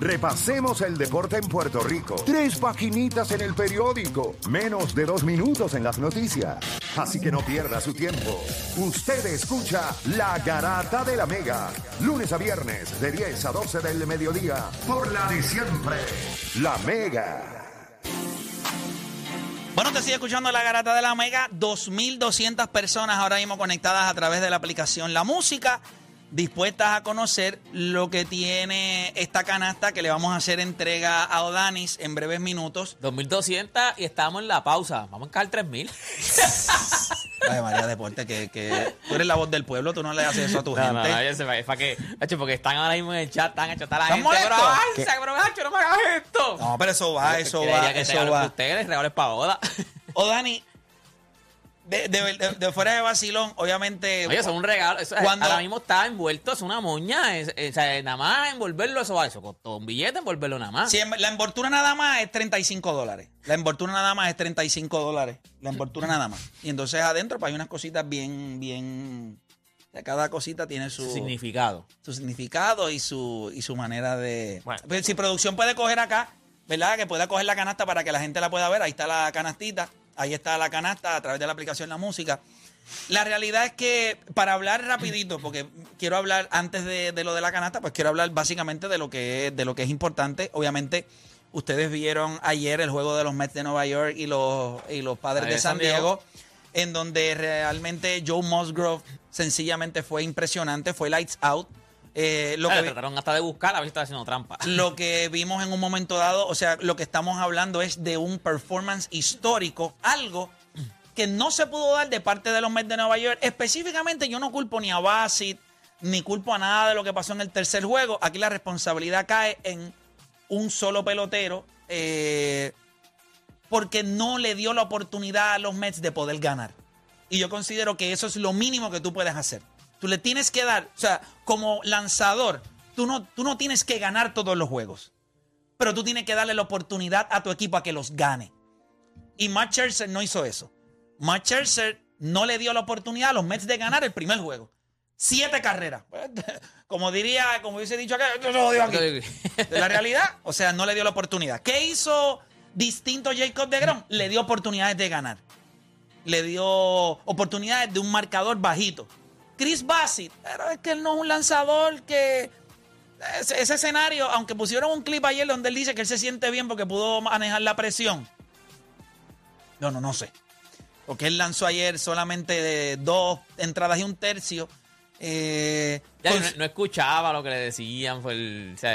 Repasemos el deporte en Puerto Rico. Tres paginitas en el periódico. Menos de dos minutos en las noticias. Así que no pierda su tiempo. Usted escucha La Garata de la Mega. Lunes a viernes de 10 a 12 del mediodía. Por la de siempre. La Mega. Bueno, te sigue escuchando la garata de la Mega. 2.200 personas ahora mismo conectadas a través de la aplicación La Música, dispuestas a conocer lo que tiene esta canasta que le vamos a hacer entrega a Odanis en breves minutos. 2200 y estábamos en la pausa. Vamos a encajar 3000. Ay, María Deporte, que, que tú eres la voz del pueblo, tú no le haces eso a tu No, no, gente. no, yo sé, para que, hecho, porque están ahora mismo en el chat, están hechos, está la ¿Están gente. molestos? Pero avanza, pero macho, no me hagas esto. No, pero eso va, eso va, eso va. Ustedes, regalos para boda. Odani, de, de- de- de fuera de vacilón, obviamente. Oye, eso es un regalo. Eso, Cuando- Ahora mismo está envuelto, es una moña. es- es- o sea, nada más envolverlo, eso va, eso costó un billete envolverlo nada más. Si en- la envoltura nada más es 35 dólares. La envoltura nada más es 35 dólares. La envoltura nada más. Y entonces adentro pues, hay unas cositas bien, bien. o sea, Cada cosita tiene su, Su significado. su significado y su, y su manera de. Bueno. Pero si producción puede coger acá, ¿verdad? Que pueda coger la canasta para que la gente la pueda ver. Ahí está la canastita. Ahí está la canasta a través de la aplicación La Música. La realidad es que, para hablar rapidito, porque quiero hablar antes de, de lo de la canasta, pues quiero hablar básicamente de lo que es, de lo que es importante. Obviamente, ustedes vieron ayer el juego de los Mets de Nueva York y los, y los padres de Padres San Diego, en donde realmente Joe Musgrove sencillamente fue impresionante, fue lights out. Eh, lo Ah, que le vi- trataron hasta de buscar, a ver si estaba haciendo trampa. lo que vimos en un momento dado, o sea, lo que estamos hablando es de un performance histórico, algo que no se pudo dar de parte de los Mets de Nueva York. Específicamente, yo no culpo ni a Bassett, ni culpo a nada de lo que pasó en el tercer juego. Aquí la responsabilidad cae en un solo pelotero, eh, porque no le dio la oportunidad a los Mets de poder ganar. Y yo considero que eso es lo mínimo que tú puedes hacer. Tú le tienes que dar, o sea, como lanzador, tú no, tú no tienes que ganar todos los juegos, pero tú tienes que darle la oportunidad a tu equipo a que los gane. Y Matt Scherzer no hizo eso. Matt Scherzer no le dio la oportunidad a los Mets de ganar el primer juego. Siete carreras. Como diría, como hubiese dicho acá, yo no odio aquí. De la realidad, o sea, no le dio la oportunidad. ¿Qué hizo distinto Jacob de Grom? Le dio oportunidades de ganar. Le dio oportunidades de un marcador bajito. Chris Bassett, pero es que él no es un lanzador que. Ese, ese escenario, aunque pusieron un clip ayer donde él dice que él se siente bien porque pudo manejar la presión. No, no, no sé. Porque él lanzó ayer solamente de dos entradas y un tercio. Eh, Ya, con- no, no escuchaba lo que le decían, fue el. o sea,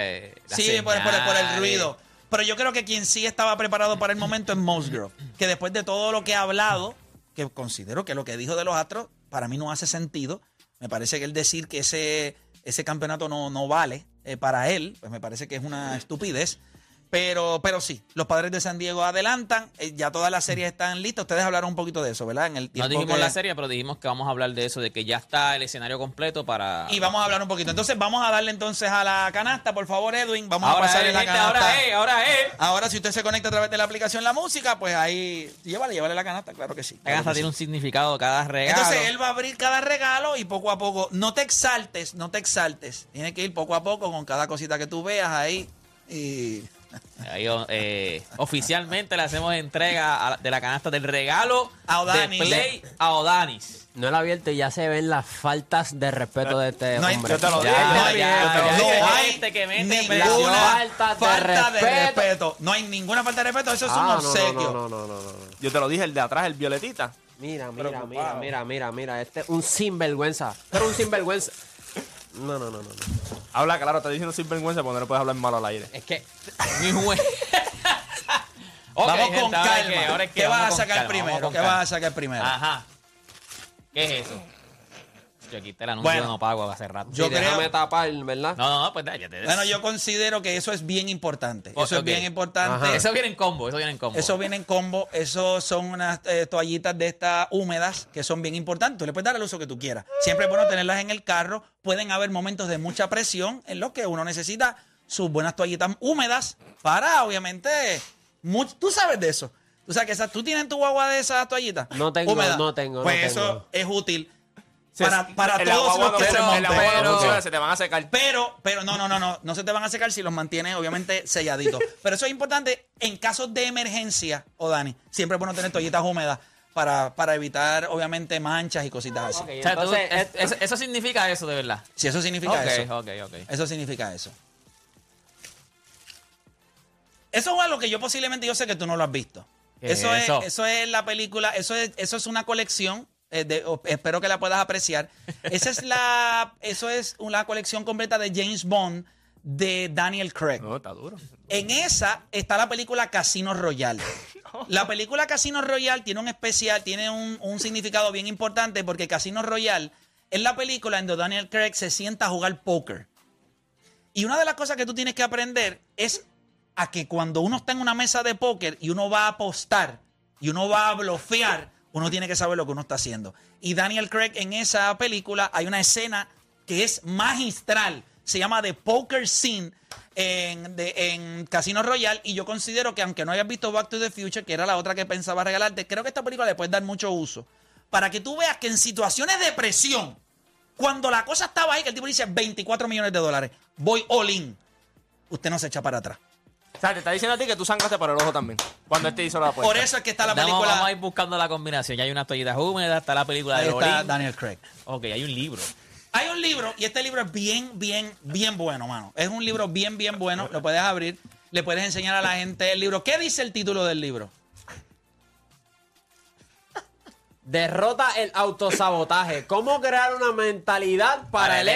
las Sí, por, por- por el señales. ruido. Pero yo creo que quien sí estaba preparado para el momento es Musgrove, que después de todo lo que ha hablado, que considero que lo que dijo de los Astros para mí no hace sentido, me parece que él decir que ese, ese campeonato no, no vale eh, para él, pues me parece que es una estupidez. Pero, pero sí, los padres de San Diego adelantan, eh, ya todas las series están listas, ustedes hablaron un poquito de eso, ¿verdad? En el No tiempo dijimos que- la serie, pero dijimos que vamos a hablar de eso, de que ya está el escenario completo para. Y vamos a hablar un poquito. Entonces vamos a darle entonces a la canasta, por favor, Edwin, vamos ahora a pasar es, en la gente, canasta. ahora eh, es, ahora es. Ahora, si usted se conecta a través de la aplicación La Música, pues ahí llévale, llévale la canasta, claro que sí. La claro canasta que tiene sí. un significado cada regalo. Entonces él va a abrir cada regalo y poco a poco, no te exaltes, no te exaltes. Tienes que ir poco a poco con cada cosita que tú veas ahí. Y Ahí, eh, oficialmente le hacemos entrega a la- de la canasta del regalo A Odanis. de Play a Odanis. No lo ha abierto y ya se ven las faltas de respeto de este No hay- hombre. yo te lo Ya, dije, no hay- ya, yo te lo ya. dije. no hay Gente que mete ninguna presión. falta, de, respeto. No hay ninguna falta de respeto. Eso es un Ah, no, no, obsequio. no, no, no, no, no. Yo te lo dije, el de atrás, el violetita. Mira, mira, mira, mira, mira, mira. Este es un sinvergüenza. Pero un sinvergüenza. No, no, no, no. no. Habla claro, te estoy diciendo sin vergüenza porque no le puedes hablar malo al aire. Es que Mi juez. Ok, vamos gente, con ahora es calma. que- ahora es que ¿Qué vamos vas a con sacar calma, vamos primero? con ¿Qué calma. vas a sacar primero? Ajá. ¿Qué es eso? Yo quité el anuncio Bueno. de no pago hace rato. Yo yo creo- déjame tapar, ¿verdad? No, no, no, pues ya te Bueno, yo considero que eso es bien importante. Eso Oh, es ok. bien importante. Eso viene en combo, eso viene en combo. Eso viene en combo, eso son unas eh, toallitas de estas húmedas que son bien importantes. Tú le puedes dar el uso que tú quieras. Siempre es bueno tenerlas en el carro. Pueden haber momentos de mucha presión en los que uno necesita sus buenas toallitas húmedas para, obviamente, mu- tú sabes de eso. Tú sabes que esas, tú tienes tu guagua de esas toallitas. No tengo, húmedas? no tengo, no Pues tengo. eso es útil Se- para, para en la todos guagua los que no se funciona, en la guagua monten. no pero- funciona, se te van a secar. Pero, pero no, no, no, no. No se te van a secar si los mantienes, obviamente, selladitos. Pero eso es importante en casos de emergencia, o Dani. Siempre es bueno tener toallitas húmedas para, para evitar, obviamente, manchas y cositas así. Ok, O sea, tú- entonces, es- este- eso, eso significa eso, de verdad. Si eso significa Ok, eso. ok, ok. Eso significa eso. Eso es algo que yo posiblemente yo sé que tú no lo has visto. ¿Qué es Eso es, eso? eso es la película, eso es, eso es una colección. eh, de- o- espero que la puedas apreciar. Esa es la, eso es una colección completa de James Bond de Daniel Craig. No, está duro. En esa está la película Casino Royale. La película Casino Royale tiene un especial, tiene un, un significado bien importante porque Casino Royale es la película en donde Daniel Craig se sienta a jugar póker. Y una de las cosas que tú tienes que aprender es a que cuando uno está en una mesa de póker y uno va a apostar y uno va a blofear, uno tiene que saber lo que uno está haciendo. Y Daniel Craig en esa película hay una escena que es magistral. Se llama The Poker Scene en, de- en Casino Royale. Y yo considero que aunque no hayas visto Back to the Future, que era la otra que pensaba regalarte, creo que esta película le puedes dar mucho uso. Para que tú veas que en situaciones de presión, cuando la cosa estaba ahí, que el tipo dice 24 millones de dólares, voy all in. Usted no se echa para atrás. O sea, te está diciendo a ti que tú sangraste por el ojo también. Cuando este hizo la puerta. Por eso es que está la Vamos- película. Pues, Vamos a ir buscando la combinación. Ya hay unas toallitas húmedas, está la película Ahí de está Olin. Daniel Craig. Ok, hay un libro. Hay un libro, y este libro es bien, bien, bien bueno, mano. Es un libro bien, bien bueno. Lo puedes abrir, le puedes enseñar a la gente el libro. ¿Qué dice el título del libro? derrota el autosabotaje. ¿Cómo crear una mentalidad para, Para el el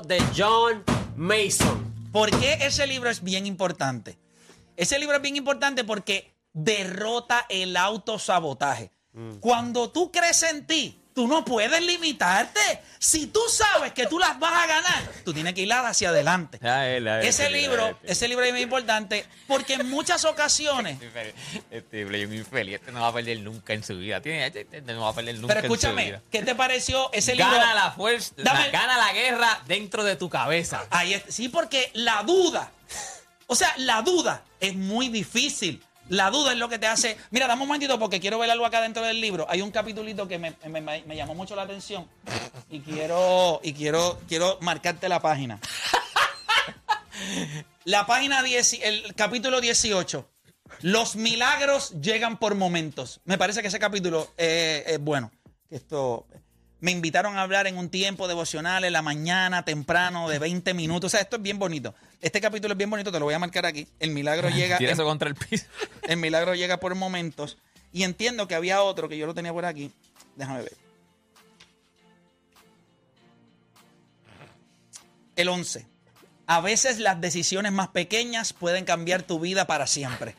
éxito. de John Mason? ¿Por qué ese libro es bien importante? Ese libro es bien importante porque derrota el autosabotaje. Mm. Cuando tú crees en ti, tú no puedes limitarte. Si tú sabes que tú las vas a ganar, tú tienes que ir hacia adelante. A él, a él, Ese este libro, libro, ese libro es bien importante porque en muchas ocasiones Este Blay es un infeliz. Este no va a perder nunca en su vida. Tiene- Este este no va a perder nunca Pero en su escúchame, vida. ¿qué te pareció ese libro? Gana la fuerza, Dame- la- gana la guerra dentro de tu cabeza. Ahí es- sí, porque la duda, o sea, la duda es muy difícil. La duda es lo que te hace. Mira, dame un momentito porque quiero ver algo acá dentro del libro. Hay un capitulito que me, me- me- me llamó mucho la atención y quiero y quiero quiero marcarte la página. La página 10, el capítulo 18. Los milagros llegan por momentos. Me parece que ese capítulo eh, es bueno. Esto, me invitaron a hablar en un tiempo devocional en la mañana, temprano, de 20 minutos. O sea, esto es bien bonito. Este capítulo es bien bonito, te lo voy a marcar aquí. El milagro llega. Tira en- eso contra el piso. el milagro llega por momentos. Y entiendo que había otro que yo lo tenía por aquí. Déjame ver. El 11. A veces las decisiones más pequeñas pueden cambiar tu vida para siempre.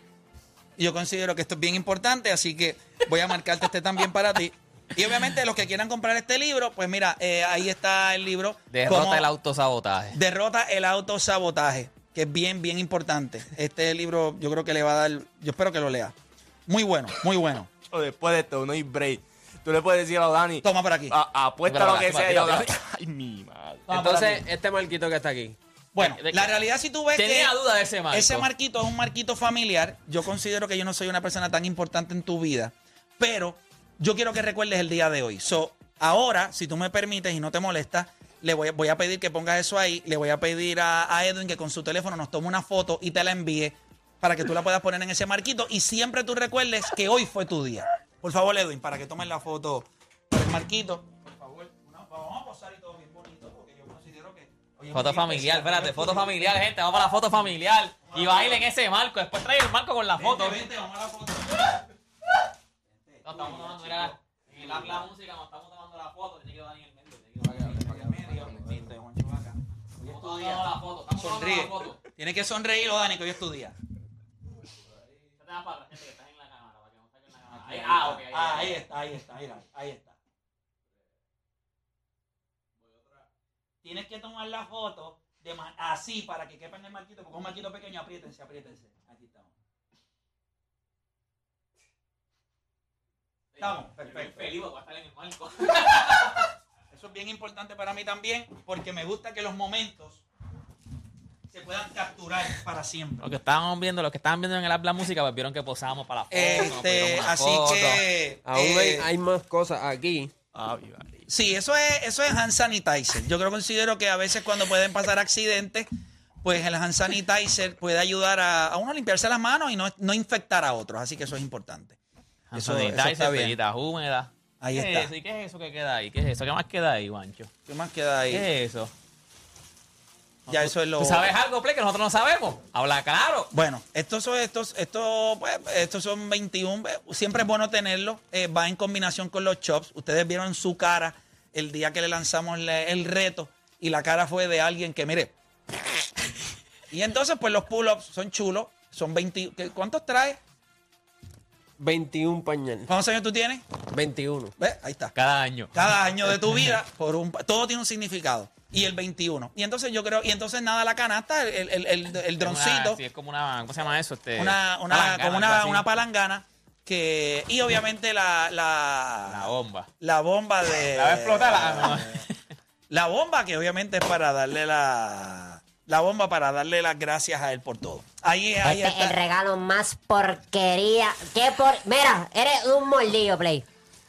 Y Yo considero que esto es bien importante, así que voy a marcarte este también para ti. Y obviamente los que quieran comprar este libro, pues mira, eh, ahí está el libro. Derrota Cómo- el autosabotaje. Derrota el autosabotaje, que es bien, bien importante. Este libro yo creo que le va a dar, yo espero que lo lea. Muy bueno, muy bueno. O después de esto, no hay break. Tú le puedes decir a Dani. Toma por aquí. a- apuesta Tira, lo que tira, sea. tira, y Odani- tira. Ay, mi madre. Vamos Entonces, para este marquito que está aquí. Bueno, de- la realidad si tú ves que Tenía duda de ese marco. ese marquito es un marquito familiar, yo considero que yo no soy una persona tan importante en tu vida, pero yo quiero que recuerdes el día de hoy. So, ahora, si tú me permites y no te molestas, le voy, a- voy a pedir que pongas eso ahí, le voy a pedir a, a Edwin que con su teléfono nos tome una foto y te la envíe para que tú la puedas poner en ese marquito y siempre tú recuerdes que hoy fue tu día. Por favor, Edwin, para que tomen la foto por el marquito. Por favor, una- vamos a posar y todo bien bonito porque yo considero que... hoy es Foto un día familiar, especial. espérate, foto familiar, gente. Vamos para la foto familiar. Y bailen ese marco. Después trae el marco con la foto. Vente, vente, vamos a la foto. No, estamos tomando, mira, la, la música, nos estamos tomando la foto. Tiene que dar en el medio. tiene que dar en el medio. Viste, Juancho Vaca. Estamos tomando la foto, estamos tomando la Sonríe. foto. Tienes que sonreír, oh, Dani, que hoy es tu día. Ya te vas para atrás, gente, que estás en la cámara, para que no saquen la cámara. Ahí- Ah, ok, ahí, Ah, ahí. ahí está, ahí está, mira, ahí está. Tienes que tomar la foto de ma- así para que quepa en el marquito, porque es un marquito pequeño, apriétense, apriétense. Aquí estamos. Estamos, perfecto. Feliz, porque voy a estar en el marco. Eso es bien importante para mí también, porque me gusta que los momentos se puedan capturar para siempre. Lo que estaban viendo, los que estaban viendo en el app la música, pues vieron que posábamos para la foto. nos Este, pidieron una así foto. que. Aún hay, eh, hay más cosas aquí. Sí, eso es, eso es hand sanitizer. Yo creo considero que a veces cuando pueden pasar accidentes, pues el hand sanitizer puede ayudar a, a uno a limpiarse las manos y no, no infectar a otros. Así que eso es importante. Eso- eso Sanitizer, está bien. pellitas húmedas. Ahí ¿Qué es está. eso? ¿Y qué es eso que queda ahí? ¿Qué es eso? ¿Qué más queda ahí, Guancho? ¿Qué más queda ahí? ¿Qué es eso? Ya eso es lo. Eh, ¿Tú sabes algo, Play, que nosotros no sabemos? Habla claro. Bueno, estos son, estos, estos, pues, estos son 21. eh, Siempre es bueno tenerlo. eh, va en combinación con los chops. Ustedes vieron su cara el día que le lanzamos la- el reto. Y la cara fue de alguien que, mire. Y entonces, pues los pull-ups son chulos. Son 20. ¿qué- ¿Cuántos traes? 21 pañal. ¿Cuántos años tú tienes? 21. ¿Ves? Ahí está. Cada año. Cada año de tu vida, por un, pa- todo tiene un significado. Y el 21. Y entonces yo creo, y entonces nada, la canasta, el, el, el, el Es una- droncito. Ah, sí, es como una. ¿Cómo se llama eso? Este, una, una, palangana, como algo una, así. una palangana que y obviamente la la, La bomba. la bomba de La va a explotar. Ah, la- la bomba que obviamente es para darle la la bomba para darle las gracias a él por todo ahí ahí Este es el está. regalo más porquería que por... Mira, eres un mordido, Play.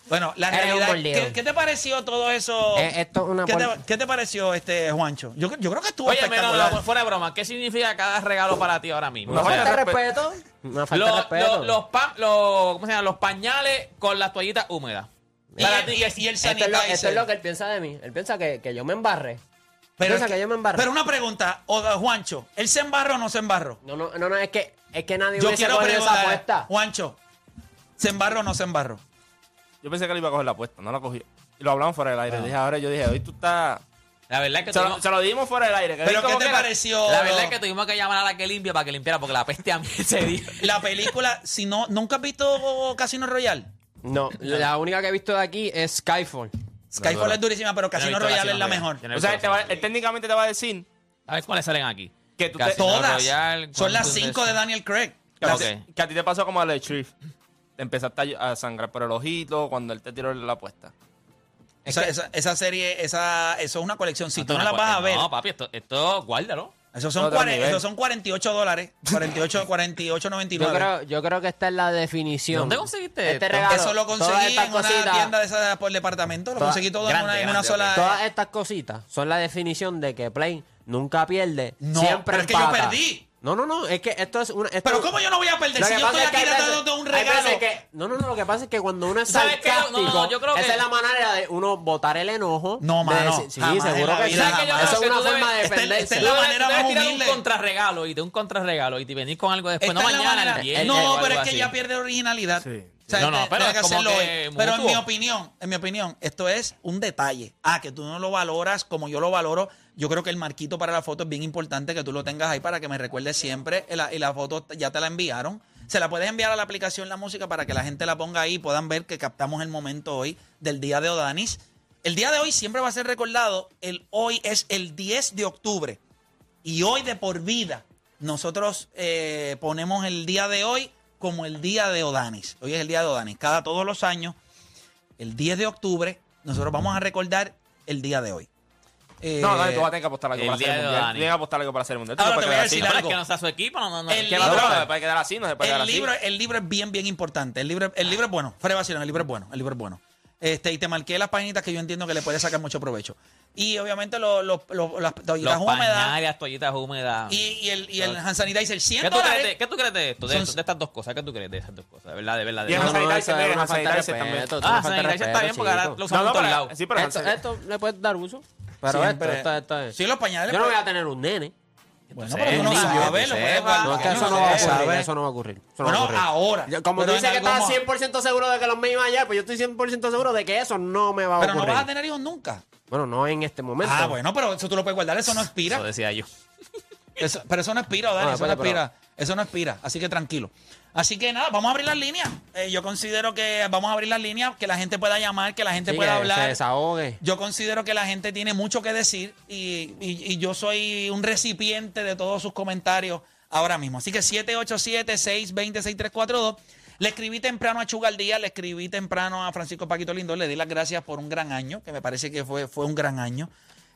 bueno la Eres un realidad bordeo. ¿qué, qué te pareció todo eso Eh, esto es una Oh. ¿Qué, te, por- qué te pareció este Juancho yo, yo creo que estuvo Oye, mira, espectacular no, fuera de broma, ¿qué significa cada regalo para ti ahora mismo? Una O sea, falta de respeto. Una falta los, de respeto. los- los pa- los- ¿cómo se llama? los pañales con las toallitas húmedas. Y Para el- ti, y, el- y el esto, es lo, sanitizer. esto es lo que él piensa de mí. Él piensa que, que yo me embarré. pero, piensa que yo me embarré. pero una pregunta o- Juancho ¿él se embarró o no se embarró? No, no, no, no, es que, es que nadie Yo hubiese quiero cogido esa preguntar, apuesta. Juancho, ¿se embarró o no se embarró? Yo pensé que le iba a coger la apuesta, no la cogió. Y lo hablamos fuera del Ah. aire. Dije, ahora yo dije, hoy tú estás. La verdad es que Se lo, tuvimos- se lo dimos fuera del aire. que ¿Pero vi qué como te que la- pareció? la verdad es que tuvimos que llamar a la que limpia para que limpiara porque la peste a mí se dio. La película, si no, ¿nunca has visto Casino Royale? No, la única que he visto de aquí es Skyfall. Skyfall no. es durísima, pero Casino Yo no he visto Royale es la Casino mejor. Royale. Yo no he O sea, él, visto te va- Casino él técnicamente te va a decir. A ver cuáles salen aquí. Que tú te- Casino Todas. Royale, Son las Quantum 5 de Daniel Craig. Que, a Ok. ti- que a ti te pasó como a Lech Shreve. Te empezaste a ll- a, sangrar por el ojito cuando él te tiró la apuesta. O sea, esa, esa serie, esa, eso es una colección. Si tú no la Una vas a cua- ver, No, papi, esto, esto guárdalo. esos son, Otro cuare- nivel. esos son 48 dólares. 48, 48, Yo 99. creo, yo creo que esta es la definición. ¿Dónde conseguiste este esto? regalo? Eso lo todas conseguí estas en una cositas- tienda de esa por departamento. Lo Toda- conseguí todo en grande, una, en una grande, sola. Todas estas cositas son la definición de que Play nunca pierde, No, siempre pero es que yo empata. perdí. No, no, no, es que esto es una esto- Pero ¿cómo yo no voy a perder? Lo Si que yo pasa estoy es que aquí hay tratando veces- de un hay regalo. veces que- no, no, no, lo que pasa es que cuando uno es ¿Sabes qué? No, no, sarcástico, no, yo creo que- esa es la manera de uno botar el enojo. No, de mano, decir- sí, jamás en seguro la que sí. vida, jamás. Eso Yo es creo que una tú forma de esta Este debes- es- defenderse. esta es la Tú manera debes- tú más debes tirar humilde. un contrarregalo y te un contrarregalo y te venís con algo después. Esta no es la mañana, manera- el viernes o no, algo pero es que así. ya pierde originalidad. O sea, No, no, te- pero tenés que es como hacerlo que hoy. Pero en mi mutuo. opinión, en mi opinión, esto es un detalle. Ah, que tú no lo valoras como yo lo valoro. Yo creo que el marquito para la foto es bien importante que tú lo tengas ahí para que me recuerdes siempre. Y la, y la foto ya te la enviaron. Se la puedes enviar a la aplicación La Música para que la gente la ponga ahí y puedan ver que captamos el momento hoy del día de Odanis. El día de hoy siempre va a ser recordado. El hoy es el 10 de octubre. Y hoy de por vida, nosotros eh, ponemos el día de hoy como el día de Odanis. Hoy es el día de Odanis. Cada todos los años, el 10 de octubre, nosotros vamos a recordar el día de hoy. Eh, No, Dani, tú vas a tener que apostar algo el para hacer día el de mundial. Dani. Tú Tienes que apostar algo para hacer el mundial. Tú Ahora no te puedes voy a quedar decir así. No, algo. es que no sea su equipo, no, no, no. El ¿Qué Que libro- va, va a no, hacer? no, puede quedar así, no se puede quedar el así. libro, el libro es bien, bien importante. El libro, el libro es bueno. Fuera de vacilón, el libro es bueno. El libro es bueno. Este, y te marqué las páginas que yo entiendo que le puedes sacar mucho provecho. Y obviamente lo- lo- lo- las Los toallitas húmedas. pañales, toallitas húmedas. Y, y el, y el hand sanitizer, 100 ¿Qué tú, crees dólares. de, ¿Qué tú crees de esto? De, Son- esto, de estas dos cosas. ¿Qué tú crees de esas dos cosas? De verdad, de verdad. De Y el verdad. hand sanitizer, eso es mira, una hand falta de sanitizer también. respeto, eso es Ah, una falta de sanitizer está respeto, bien porque ahora chico. lo usamos en todos lados. sí, pero hand esto, sanitizer- esto le puedes dar uso. Pero Siempre. esto, esto, esto es. Sí, los pañales. Yo no voy pero- a tener un nene. Bueno, pero tú no niño, sabes, que lo puedes sepa. guardar, No, es que tú eso pues, no no va a sabes. ocurrir. Eso no va a ocurrir. Eso no va a Bueno, ocurrir. ahora. Yo- Como tú Pero en dices que algún estás mo- 100% seguro de que los míos allá, pues yo estoy 100% seguro de que eso no me va a Pero ocurrir. no vas a tener hijos nunca. Bueno, no en este momento. Ah, bueno, pero eso tú lo puedes guardar, eso no Eso expira. decía yo. Eso- pero eso no expira, Dani, Ah, eso no espérate, pero- expira. Eso no expira, así que tranquilo. Así que nada, vamos a abrir las líneas. Eh, yo considero que vamos a abrir las líneas, que la gente pueda llamar, que la gente Sí, pueda que Se hablar. desahogue. Yo considero que la gente tiene mucho que decir y, y- y yo soy un recipiente de todos sus comentarios ahora mismo. Así que 787-620-6342. Le escribí temprano a Chugal Díaz, le escribí temprano a Francisco Paquito Lindo, le di las gracias por un gran año, que me parece que fue, fue un gran año.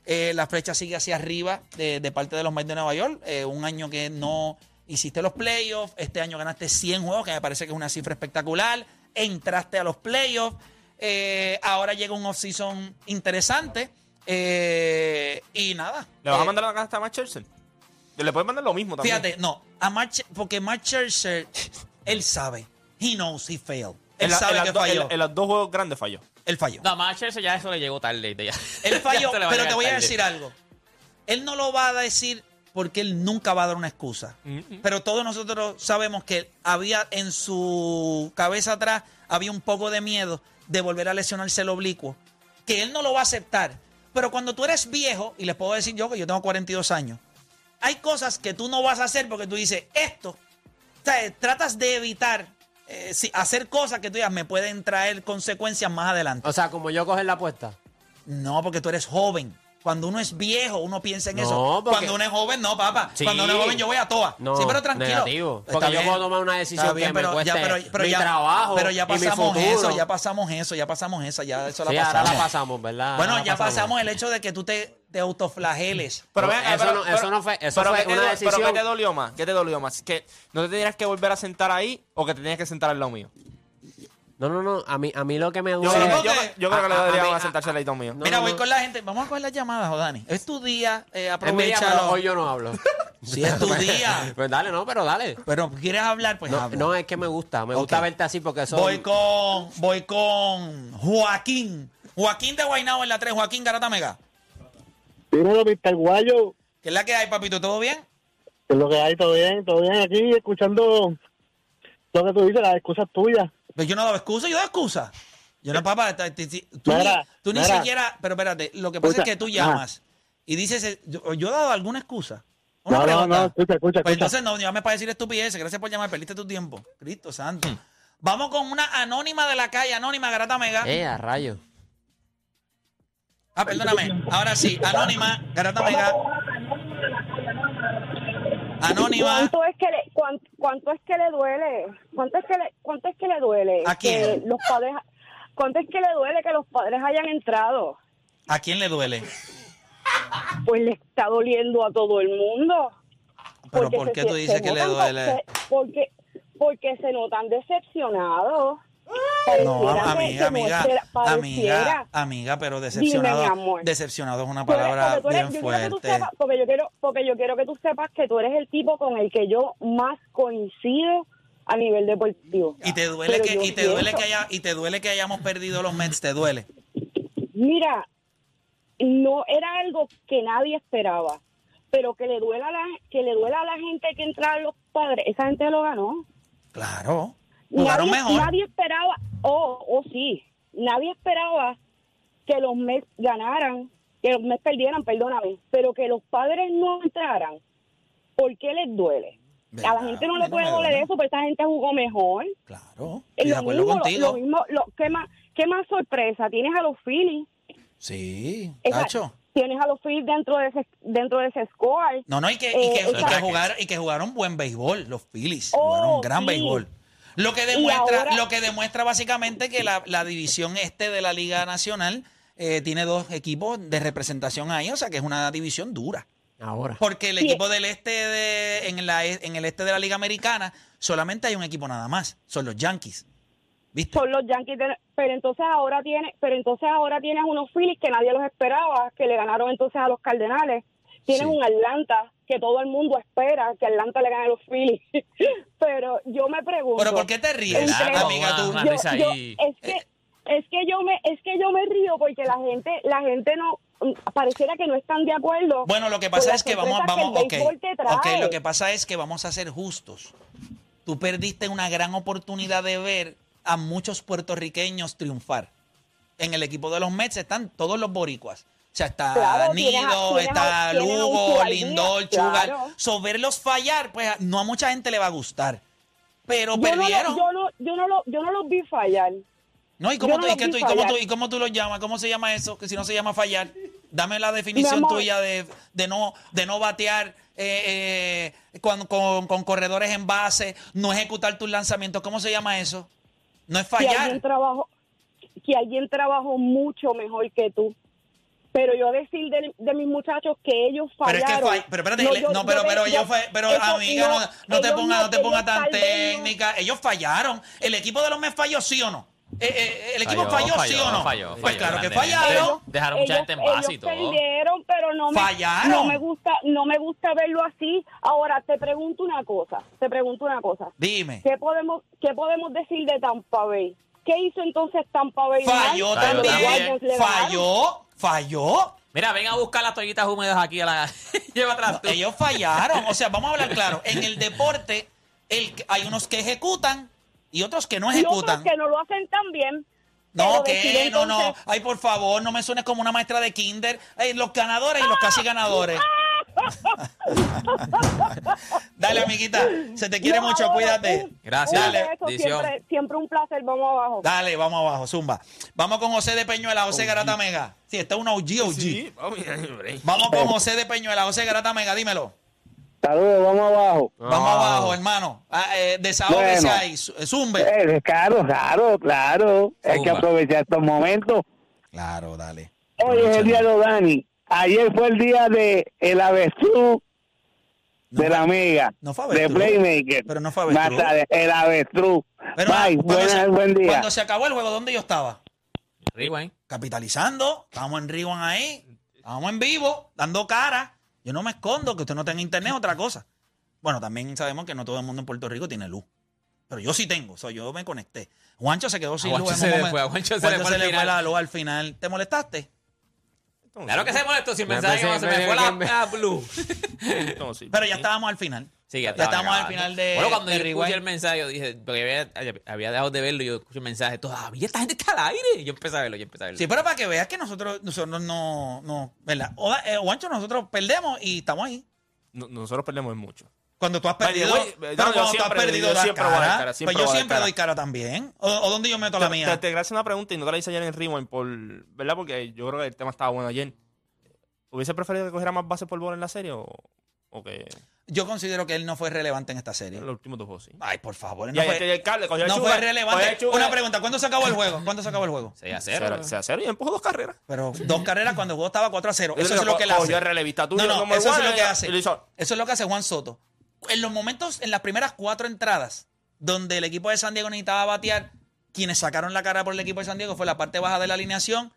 Eh, la flecha sigue hacia arriba de, de parte de los Mets de Nueva York. Eh, un año que no hiciste los playoffs. Este año ganaste 100 juegos, que me parece que es una cifra espectacular. Entraste a los playoffs. Eh, ahora llega un off-season interesante. eh, y nada. ¿Le vas Eh, a mandar la carta a Matt Scherzer? Le puedes mandar lo mismo también. Fíjate, no. A Mark Sch- porque Mark Scherzer, él sabe. He knows he failed. Él En la- en sabe las que dos- falló. en- En los dos juegos grandes falló. él falló. No, más Chelsea ya eso le llegó tarde. Ya. Él falló, Esto le va pero te llegar voy a tarde. decir algo. Él no lo va a decir porque él nunca va a dar una excusa. Pero todos nosotros sabemos que había en su cabeza atrás, había un poco de miedo de volver a lesionarse el oblicuo, que él no lo va a aceptar. Pero cuando tú eres viejo, y les puedo decir yo que yo tengo 42 años, hay cosas que tú no vas a hacer porque tú dices, esto o sea, eh, tratas de evitar eh, si- hacer cosas que tú digas, me pueden traer consecuencias más adelante. O sea, como yo coger la apuesta. No, porque tú eres joven. Cuando uno es viejo, uno piensa en No, eso. porque- Cuando uno es joven, no, papá. Sí. Cuando uno es joven, yo voy a toa. No, sí, pero tranquilo. negativo. Está Porque yo bien. puedo tomar una decisión Está que me cueste mi ya, trabajo Pero ya y mi pasamos futuro. eso, ya pasamos eso, ya pasamos eso, ya eso Sí, la ahora pasamos. la pasamos, ¿verdad? Bueno, Ahora la ya pasamos. el hecho de que tú te, te autoflageles. Pero No, ven acá, eso pero- no- pero- eso no fue- eso pero fue ¿qué te una do- Pero decisión. ¿qué te dolió más? ¿Qué te dolió más? ¿Que no te tenías que volver a sentar ahí o que te tenías que sentar al lado mío? No, no, no. A mí, a mí lo que me Yo, duele. Sí, creo, que- porque- yo, yo creo que le a- a- a deberían mí- a- sentarse al lado mío. no, Mira, no, voy no. con la gente. Vamos a coger las llamadas, Dani. Es tu día, eh, Es mi día, aprovechalo. pero hoy yo no hablo. Si es tu día. Pues dale, no, pero dale. Pero quieres hablar, pues No, habla. no, es que me gusta. Me gusta Ok. verte así porque eso. Voy con, voy con Joaquín. Joaquín de Guaynabo en la 3. Joaquín Garata Mega. Dímelo, Mr. Guayo. ¿Qué es la que hay, papito? ¿Todo bien? ¿Qué es lo que hay? ¿Todo bien? ¿Todo bien aquí? Escuchando lo que tú dices, las excusas tuyas. Pero Pues yo no daba excusa, yo daba excusa. Yo no, papá, ta- ti- ti- tú, Mira, ni, tú ni mira. siquiera... Pero espérate, lo que pasa Escucha, es que tú llamas y dices, eh, yo, yo he dado alguna excusa. Una No, no, pregunta. no, escucha, escucha, escucha. Pues entonces no, llames para decir estupideces. Gracias por llamar, perdiste tu tiempo. Cristo santo. Hmm. Vamos con una anónima de la calle, anónima Garata Mega. Eh, a rayo. Ah, perdóname. Ahora sí, anónima, Garata Mega. Anónima. ¿Cuánto es que le, cuán- cuánto, es que le duele? ¿Cuánto es que le, cuánto es que le duele? ¿A quién? Que los padres, ¿Cuánto es que le duele que los padres hayan entrado? ¿A quién le duele? Pues le está doliendo a todo el mundo. Pero Porque ¿por se qué tú sien- dices se que le notan- duele? se- porque, porque se notan decepcionados. No, Pareciera que- que amiga, amiga, muestra- amiga, pareciera. amiga, pero Dime, decepcionado. mi amor. Decepcionado es una Tú eres- palabra porque tú eres- bien yo quiero que tú fuerte. sepas- porque yo quiero porque yo quiero que tú sepas que tú eres el tipo con el que yo más coincido a nivel deportivo. Y te duele Pero que, yo y te duele pienso- que haya, y te duele que hayamos perdido los Mets, te duele. Mira, no era algo que nadie esperaba, pero que le duela a la, que le duela a la gente que entra a los padres, esa gente lo ganó. Claro. Jugaron Nadie, mejor. nadie esperaba, oh, oh sí, nadie esperaba que los Mets ganaran, que los Mets perdieran, perdóname, pero que los padres no entraran. ¿Por qué les duele? A la Verdad, gente no a le mí no puede me doler duele. eso, pero esta gente jugó mejor. Claro. Estoy Es de lo acuerdo mismo, lo- contigo. lo mismo, lo- ¿qué más, qué más sorpresa? Tienes a los Phillies, Sí, Esa- Tacho. tienes a los Phillies dentro de ese, dentro de ese score. No, no, y que, y Eh, que- y que exacto. jugaron, y que jugaron buen béisbol, los Phillies. Oh, jugaron gran sí. béisbol. Lo que demuestra, ahora- lo que demuestra básicamente que la, la división este de la Liga Nacional eh, tiene dos equipos de representación ahí, o sea que es una división dura. Ahora. Porque el Sí. equipo del este de, en, la, en el este de la Liga Americana solamente hay un equipo nada más, son los Yankees. Son los Yankees, de- pero entonces ahora tiene, pero entonces ahora tienes unos Phillies que nadie los esperaba, que le ganaron entonces a los Cardenales. Tienen un Atlanta que todo el mundo espera que Atlanta le gane a los Phillies. pero yo me pregunto. Pero ¿por qué te ríes, entre- amiga? Tú, yo- yo- es que Eh. es que yo me es que yo me río porque la gente la gente no mm, pareciera que no están de acuerdo. Bueno, lo que con pasa las es que vamos, sorpresas vamos, el ok, béisbol te trae. ok, lo que pasa es que vamos a ser justos. Tú perdiste una gran oportunidad de ver a muchos puertorriqueños triunfar. En el equipo de los Mets están todos los boricuas. O sea, está Claro, Nido, tienes a- tienes a- está tienes a un Lugo, Chubaldía, Lindor, claro. Chugal. So, verlos fallar, pues a- no a mucha gente le va a gustar. Pero Yo no lo- perdieron. yo no yo no lo yo no los vi fallar. No, ¿y yo cómo, no tú, los y qué vi tú- y cómo tú- fallar. y cómo tú lo llamas? ¿Cómo se llama eso? Que si no se llama fallar. Dame la definición amor. tuya de, de no, de no batear eh, eh, con, con- con corredores en base, no ejecutar tus lanzamientos. ¿Cómo se llama eso? No es Que alguien fallar. trabajó, que alguien trabajó mucho mejor que tú. Pero yo decir de, de mis muchachos que ellos Pero es fallaron. que fall- pero espérate, le- yo- no, yo pero, de- pero yo- ellos fue, pero eso amiga, no, no te ellos pongas, no te ellos pongas tan tal vez no. técnica. Ellos fallaron. El equipo de los Mets falló, sí o no. Eh, eh, el equipo falló, Falló, sí falló, o no. falló, pues falló, claro que grandemente. fallaron. Dejaron mucha gente en base y todo. Ellos perdieron, pero no me, Fallaron. no me gusta, no me gusta verlo así. Ahora te pregunto una cosa, te pregunto una cosa. Dime. ¿Qué podemos, qué podemos decir de Tampa Bay? ¿Qué hizo entonces Tampa Bay? mal Falló cuando los también. Guardians le ganaron? Falló, falló. Mira, ven a buscar las toallitas húmedas aquí a la... Lleva atrás tú. Ellos fallaron. O sea, vamos a hablar claro. En el deporte el, hay unos que ejecutan y otros que no Y otros ejecutan. que no lo hacen tan bien. No, pero decir que no, Oh, no. entonces- Ay, por favor, no me suenes como una maestra de kinder. Ay, los ganadores y los casi ganadores. ¡Ah! Dale, amiguita. Se te quiere No, mucho. ahora, Cuídate. un- Gracias. un Dale. beso, Bendición. siempre, siempre un placer. Vamos abajo. Dale, vamos abajo, zumba. Vamos con José de Peñuela, José Garata Mega. Sí, está un OG, OG. Vamos con José de Peñuela, José Garata Mega, dímelo. Eh. Saludos, vamos abajo. Vamos abajo, hermano. Ah, eh, desahógese Bueno. ahí, zu- eh, zumbe. Eh, claro, claro, claro. Hay que Zumba. aprovechar estos momentos. Claro, dale. Hoy es el día de Dani. Ayer fue el día de el avestruz de la amiga, no fue de avestruz. Playmaker. Pero no fue avestruz. Más tarde, el avestruz. Pero, ah, Bye, cuando buenas, se- buen día. Cuando se acabó el juego, ¿dónde yo estaba? Capitalizando. Estábamos en Rewind ahí. Estábamos en vivo, dando cara. Yo no me escondo, que usted no tenga internet, otra cosa. Bueno, también sabemos que no todo el mundo en Puerto Rico tiene luz. Pero yo sí tengo, so, yo me conecté. Juancho se quedó sin Juancho luz. en se un le momento. fue, a Juancho se le fue al final. la luz al final. ¿Te molestaste? Claro que se molestó sin Me pensar que pensé- no se me me- fue la, me- la blue. Pero ya estábamos al final. Sí, ya, estaba estábamos al acabando. final de. Bueno, cuando de yo escuché Rewind. el mensaje, yo dije, porque había, había dejado de verlo, y yo escuché el mensaje, todavía esta gente está al aire. Yo empecé a verlo, yo empecé a verlo. Sí, pero para que veas que nosotros, nosotros no, no, ¿verdad? O, eh, Juancho, nosotros perdemos y estamos ahí. No- nosotros perdemos mucho. Cuando tú has By the perdido, way, eh, pero no, yo cuando tú siempre- has perdido yo das siempre voy a cara, dar cara, siempre pues yo voy a dar siempre cara. doy cara también. ¿O, o dónde yo meto la Te- mía? Te, te gracias una pregunta y no te la hice ayer en Rewind, por, ¿verdad? Porque yo creo que el tema estaba bueno ayer. ¿Hubiese preferido que cogiera más bases por bola en la serie o, o que Yo considero que él no fue relevante en esta serie. los últimos dos juegos? sí? Ay, por favor. él Y No, ayer que fue, el cable cogió el no Chuga, fue cogió el relevante. Chuga. Una pregunta, ¿cuándo se acabó el juego? ¿Cuándo se acabó el juego? 6 a Cero, seis a cero y empujó dos carreras. Pero dos carreras cuando el juego estaba 4 a 0. Eso Yo es lo que él hace. Cogió el relevista tuyo No, no, como eso es igual, lo que y- hace. y lo hizo- Eso es lo que hace Juan Soto. En los momentos, en las primeras cuatro entradas, donde el equipo de San Diego necesitaba batear, quienes sacaron la cara por el equipo de San Diego fue la parte baja de la alineación.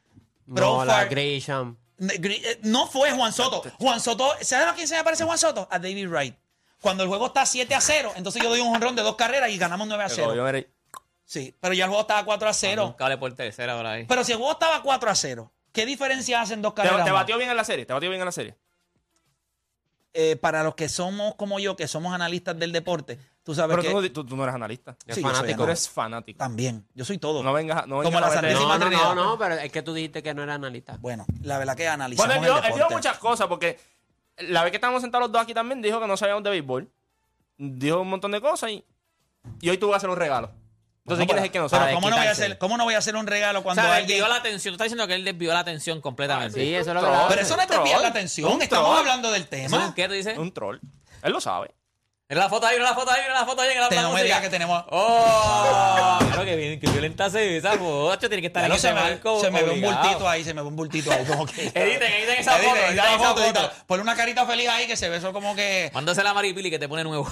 No, la Profar- Grisham. Ne- Gri- eh, No fue Juan Soto. Juan Soto, ¿sabes a quién se me parece Juan Soto? A David Wright. Cuando el juego está 7 a 0, entonces yo doy un jonrón de dos carreras y ganamos 9 a Pero 0. yo era- Sí, pero ya el juego estaba 4 a 0. Un cable por tercera ahora ahí. Pero si el juego estaba 4 a 0, ¿qué diferencia hacen dos Te, carreras? te más? batió bien en la serie, te batió bien en la serie. Eh, para los que somos como yo, que somos analistas del deporte, tú sabes Pero que tú, no- tú- tú no eres analista. Es Sí, yo soy fanático. Tú eres fanático. también, yo soy todo. No vengas, no vengas Como la a meter- Santísima No, no, Trinidad. no, no, pero es que tú dijiste que no era analista. Bueno, la verdad que analizamos Bueno, él dijo, el él dijo deporte. muchas cosas porque la vez que estábamos sentados los dos aquí también dijo que no sabíamos de béisbol. Dijo un montón de cosas y, y hoy tú vas a hacer un regalo. Entonces, Bueno, ¿quién es el que no pero sabe? ¿cómo no, voy a Quitarse. hacer, ¿cómo no voy a hacer un regalo O cuando sea, alguien... Ah, desvió la atención. Tú estás diciendo que él desvió la atención completamente. Sí, eso es lo que Troll. hace. Pero eso no es Un desviar la troll. atención, Un estamos troll. hablando del ¿Eso es tema. un qué tú dices? Un troll. Él lo sabe. Mira la foto ahí, mira la foto ahí, mira la foto ahí. Mira la Te- foto no me digas que tenemos... ¡Oh! Claro que bien, que violenta se esa foto. Tiene que estar Ya en no ese se, me, marco. se me ve un obligado. bultito ahí, se me ve un bultito ahí. Como que, Editen, editen esa Editen, foto, editen editen la esa foto, foto. editen. Ponle una carita feliz ahí que se ve eso como que... Mándasela a Maripili que te pone nuevo.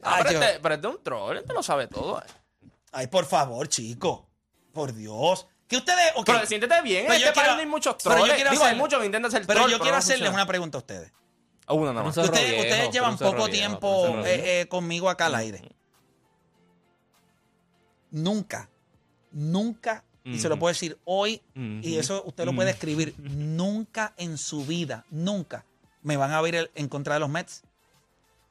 Ah, pero, yo- este, pero este es un troll, este lo sabe todo. eh. Ay, por favor, chico. Por Dios. Que ustedes. ok. Pero siéntete bien, en Pero yo este país quiero- no hay muchos pero yo trolls. quiero Digo, hay hacerle- muchos que intentan ser Pero troll, yo quiero no Uh, hacerles funciona. una pregunta a ustedes. Una nada más. Nosotros ustedes, viejos, ustedes llevan nosotros poco viejos, tiempo nosotros viejos. eh, eh, conmigo Mm. acá al aire. Nunca, nunca, y se lo Mm. puedo decir hoy, y Mm. eso usted lo Mm. puede escribir, nunca en su vida, nunca me van a ver el- en contra de los Mets.